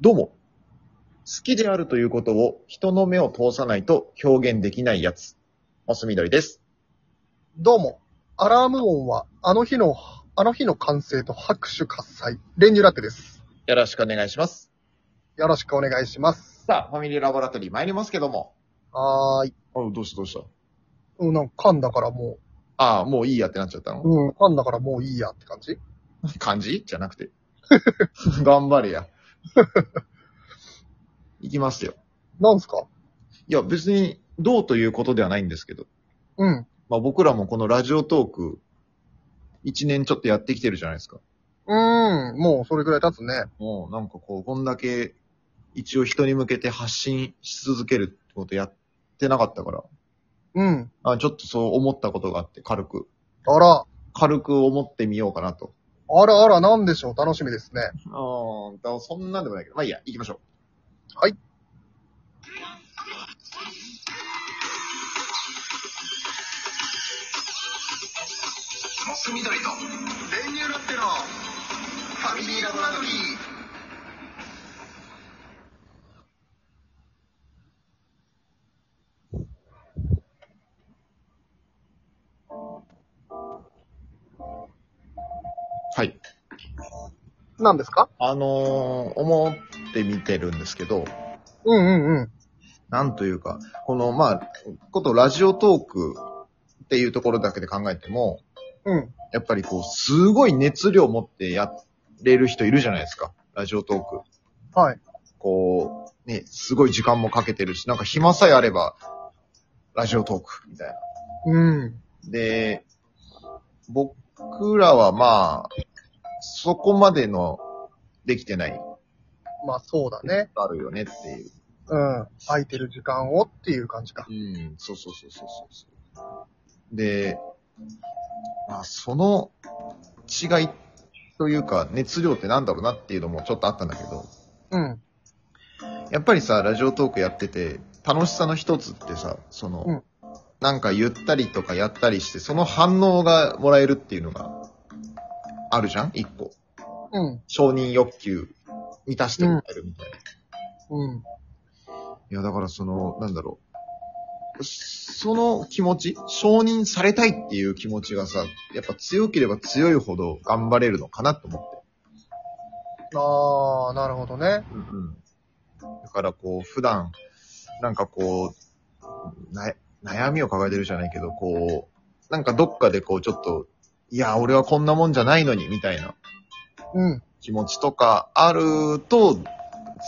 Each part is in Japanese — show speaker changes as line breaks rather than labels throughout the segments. どうも。好きであるということを人の目を通さないと表現できないやつ。モスみどりです。
どうも。アラーム音は、あの日の、あの日の歓声と拍手喝采。練乳ラテです。
よろしくお願いします。
よろしくお願いします。
さあ、ファミリーラボラトリー参りますけども。
はーい。
あ、どうしたどうした
うん、なんか噛んだからも
ああ、もういいやってなっちゃったの
う、うん、噛んだからもういいやって感じ
漢字じゃな くて。頑張れや。 いきますよ。
なんすか
いや、別に、どうということではないんですけど。
うん、
まあ僕らもこのラジオトーク、一年ちょっとやってきてるじゃないですか。
うーん、もうそれぐらい経つね。
もうなんかこう、こんだけ一応人に向けて発信し続けるってことやってなかったから、
うん。
あちょっとそう思ったことがあって軽く、
あら、
軽く思ってみようかなと。
あらあら、なんでしょう。楽しみですね。
ああ、そんなんでもないけど、まあいいや、行きましょう。
はい。
モス緑と練乳ラテのファミリーラボラトリー。はい。
なんですか
あのー思って見てるんですけど、
うんうんうん。
なんというか、この、まあ、ことラジオトークっていうところだけで考えても、
うん。
やっぱりこう、すごい熱量持ってやれる人いるじゃないですか。ラジオトーク。
はい。
こう、ね、すごい時間もかけてるし、なんか暇さえあれば、ラジオトーク、みたいな。
うん。
で、僕らはまあ、そこまでの、できてない、
まあそうだね。
あるよねっていう。
うん。空いてる時間をっていう感じか。
うん、そうそうそうそうそうそう。で、まあ、その違いというか、熱量ってなんだろうなっていうのもちょっとあったんだけど、
うん。
やっぱりさ、ラジオトークやってて、楽しさの一つってさ、その、
うん
なんか言ったりとかやったりして、その反応がもらえるっていうのが、あるじゃん一個。
うん。
承認欲求、満たしてもらえるみたいな。
うん。
いや、だからその、なんだろう。その気持ち、承認されたいっていう気持ちがさ、やっぱ強ければ強いほど頑張れるのかなと思って。
あー、なるほどね。
うんうん。だからこう、普段、なんかこう、な、悩みを抱えてるじゃないけど、こう、なんかどっかでこう、ちょっと、いや、俺はこんなもんじゃないのに、みたいな
うん。
気持ちとかあると、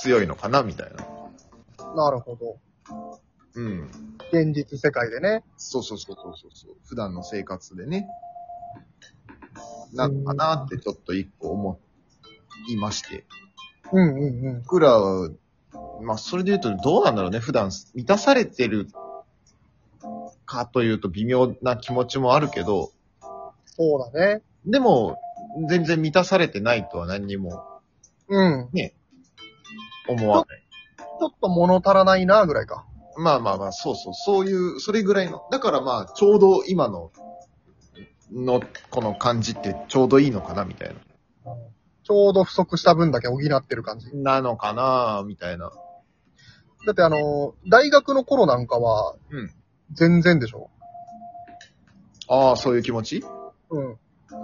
強いのかな、みたいな。
なるほど。
うん。
現実世界でね。
そうそうそうそうそうそう。普段の生活でね。なんかなってちょっと一個思いまして。
うんうんうん。
僕らは、まあそれで言うとどうなんだろうね。普段満たされてるかというと微妙な気持ちもあるけど、
そうだね。
でも全然満たされてないとは何にも
うん。
思わない。
ちょっと物足らないな、ぐらいか。
まあまあまあ、そうそう、そういう、それぐらいの。だからまあちょうど今の、の、この感じってちょうどいいのかなみたいな。
ちょうど不足した分だけ補ってる感じ。
なのかなみたいな。
だってあのー、大学の頃なんかは
うん、
全然でしょ、
ああ、そういう気持ち
うん、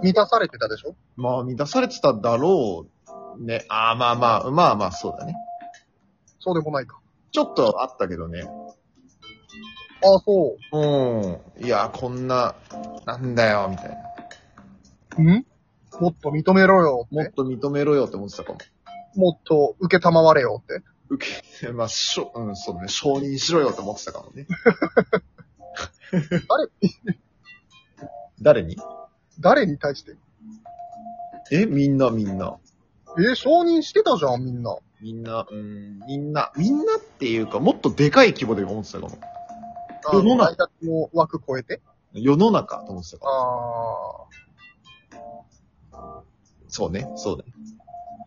満たされてたでしょ
まあ、満たされてただろう。ね。ああ、まあまあ、まあまあ、そうだね。
そうでもないか。
ちょっとあったけどね。
ああ、そ
うん。いや、こんな、なんだよ、みたいな。
う。んもっと認めろよ
もっ
っ。
てと認めろよって思ってたかも。
もっと受けたまわれよって。
受け、まあ、しょ、うん、そうね、承認しろよって思ってたか もね。誰に
誰に対して
え、みんなみんな。
えー承認してたじゃん、みんな。
みんな、うん、みんな、みんなっていうか、もっとでかい規模で思ってたかも。
あの
世の中
大学の枠超えて。
世の中と思ってたかも。
あ
そうね、そうね。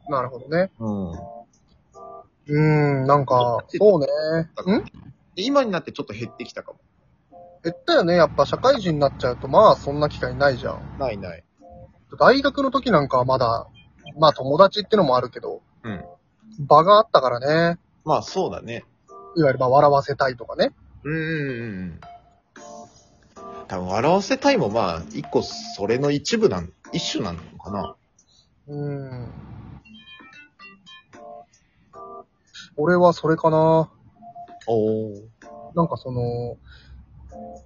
あ、なるほどね。
うん。
うーん、なんか、そうね。ん
で今になってちょっと減ってきたかも。
減ったよね。やっぱ社会人になっちゃうと、まあそんな機会ないじゃん。
ないない。
大学の時なんかはまだ、まあ友達ってのもあるけど、
うん
場があったからね。
まあそうだね。
いわゆるまあ笑わせたいとかね。
うんうんうんうん。多分、笑わせたいもまあ、一個それの一部なん、一種なのかな。
うん。俺はそれかな。
おお。
なんかその、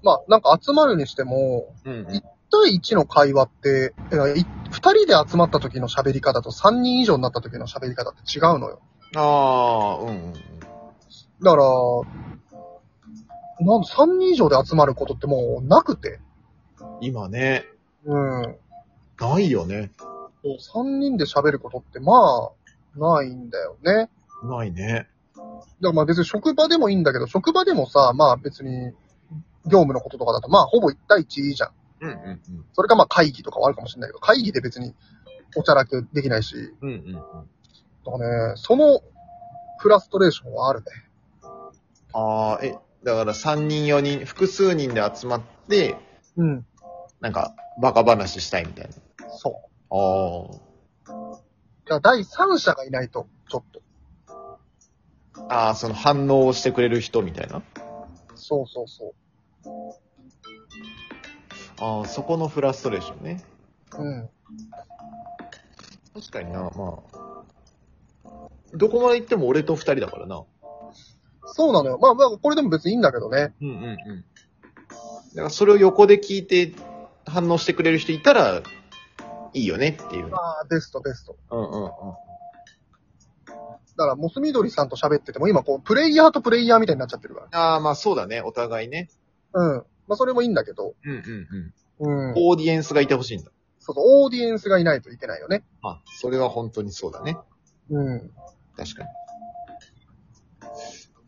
まあ、なんか集まるにしても、
うん、うん。
1対1の会話って、えーい2人で集まった時の喋り方と3人以上になった時の喋り方って違うのよ。
ああ、うんうんうん。
だから、なん3人以上で集まることってもうなくて。
今ね、
うん。
ないよね。
3人で喋ることってまあ、ないんだよね。
ないね。
だからまあ別に職場でもいいんだけど、職場でもさ、まあ別に、業務のこととかだとまあほぼ1対1いいじゃん。
うんうんうん。
それかまあ会議とかはあるかもしれないけど、会議で別におちゃらけできないし、
うんうんうん。
だからね、そのフラストレーションはあるね。
ああ、え、だから3人4人、複数人で集まって、
うん。
なんか、バカ話したいみたいな。
そ
ああ
う。だから第三者がいないと、ちょっと。。
ああ、その反応をしてくれる人みたいな。
そうそうそ
ああ、そこのフラストレーションね。
う。うん。
確かにな、まあ。どこまで行っても俺と二人だからな。
そうなのよ。まあまあ、これでも別にいいんだけどね。
うんうんうん。だからそれを横で聞いて反応してくれる人いたら、いいよねっていう。うん
まあ、ベストベスト。
うんうん。
だから、モスミドリさんと喋ってても今こう、プレイヤーとプレイヤーみたいになっちゃってるか
ああ、まあそうだね、お互いね。
ら。うん。まあそれもいいんだけど、
うんうん
うん。
うん。オーディエンスがいてほしいんだ。
そうそう、オーディエンスがいないといけないよね。
まあ、それは本当にそうだね。
うん。
確か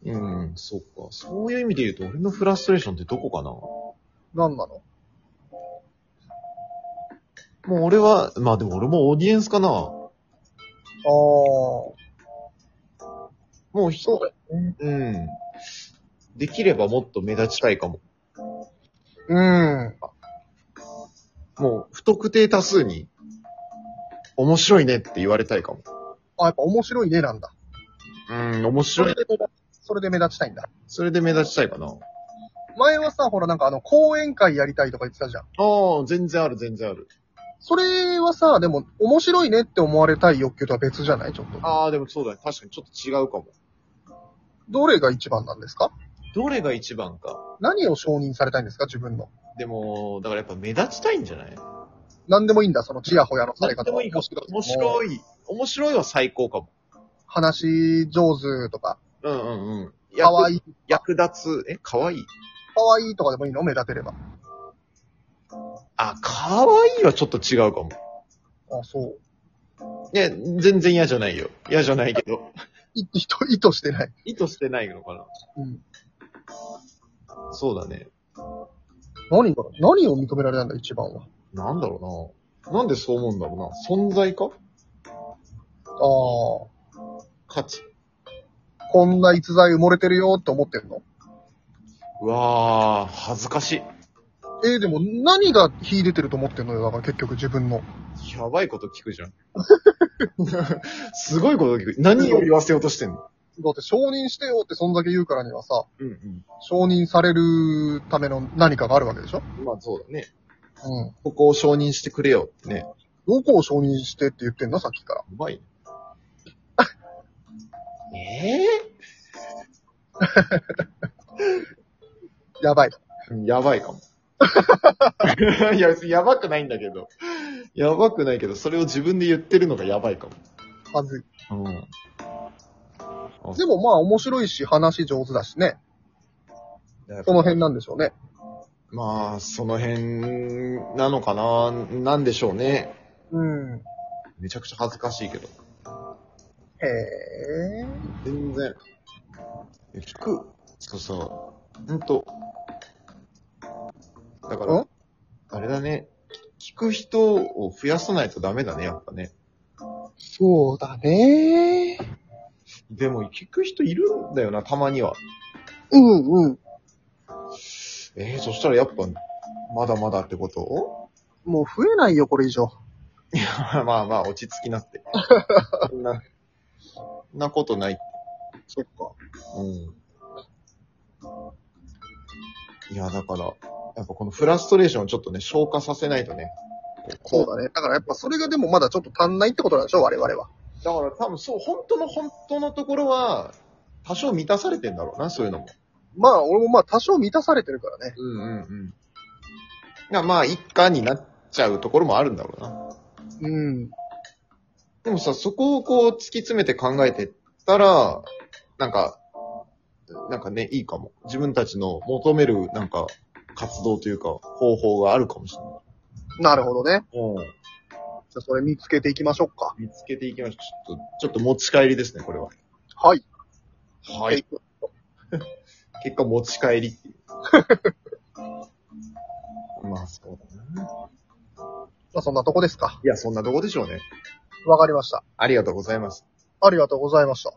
に。うん、そっか。そういう意味で言うと、俺のフラストレーションってどこかな
なんなの
もう俺は、まあでも俺もオーディエンスかな。
あ
もう人
そうだね
うん。できればもっと目立ちたいかも。
あ。うん。
もう、不特定多数に、面白いねって言われたいかも。
あ、やっぱ面白いねなんだ。
うん、面
そ
白
れ
い。
で目立それで目立ちたいんだ。
それで目立ちたいかな。あ
前はさ、ほらなんかあの、講演会やりたいとか言ってたじゃん。
あ、全然ある、全然ある。
それはさ、でも、面白いねって思われたい欲求とは別じゃないちょっと。
ああ、でもそうだね。確かにちょっと違うかも。
どれが一番なんですか
どれが一番か。
何を承認されたいんですか自分の。
でも、だからやっぱ目立ちたいんじゃない
何でもいいんだ、そのチヤホヤのされ
何
方
でもいいかも。面白
い。
い。面白いは最高かも。
話上手とか、
うんうんうん。
かわいい、
役立つ。え、かわいい
かわいいとかでもいいの目立てれば。
あ、かわいいはちょっと違うかも。
あ、そう。
いや、全然嫌じゃないよ。嫌じゃないけど。
い 意図、意図してない。
意図してないのかな。
うん。
そうだね。
何が、何を認められたんだ、一番は。
なんだろうな。なんでそう思うんだろうな。存在か
ああ、
価値。
こんな逸材埋もれてるよって思ってるの
うわー、恥ずかし
えー、でも何が秀でてると思ってるのよ、だから結局自分の。
い。やばいこと聞くじゃん。すごいこと聞く。何を言わせようとしてんの
だって承認してよってそんだけ言うからにはさ、
うんう
承認されるための何かがあるわけでしょ
ん。まあそうだね。
うん。
ここを承認してくれよってね。
どこを承認してって言ってんのさっきから。
うまいね。え
やばい。
えやばい かも。いや、別にやばくないんだけど。やばくないけど、それを自分で言ってるのがやばいか
はず
も。うん。
い。でもまあ面白いし、話上手だしね。その辺なんでしょうね。
まあ、その辺なのかな、なんでしょうね。
うん。
めちゃくちゃ恥ずかしいけど。
へえ。
全然。いや聞く。そうそう。ほんと。だから
ん、
あれだね。聞く人を増やさないとダメだね、やっぱね。
そうだね
でも、聞く人いるんだよな、たまには。
うんうん。
えー、そしたらやっぱ、まだまだってこと
もう増えないよ、これ以上。
まあまあ、落ち着きなって。そんな、なことない。そっか。うん。いや、だから、やっぱこのフラストレーションをちょっとね、消化させないとね。
そうだね。だからやっぱそれがでもまだちょっと足んないってことなんでしょ我々は。
だから多分そう、本当の本当のところは、多少満たされてんだろうな、そういうのも。
まあ、俺もまあ多少満たされてるからね。
うんうんうん。がまあ、一家になっちゃうところもあるんだろうな。
うん。
でもさ、そこをこう突き詰めて考えてったら、なんか、なんかね、いいかも。自分たちの求める、なんか、活動というか、方法があるかもしれない。
なるほどね。
うん。
じゃあそれ見つけていきましょうか。
見つけていきましょう。ちょっと、ちょっと持ち帰りですね、これは。
はい。
は。。結果持ち帰りっていう。まあ、そうだな。
まあそんなとこですか。
いや、そんなとこでしょうね。
わかりました。
ありがとうございます。
ありがとうございました。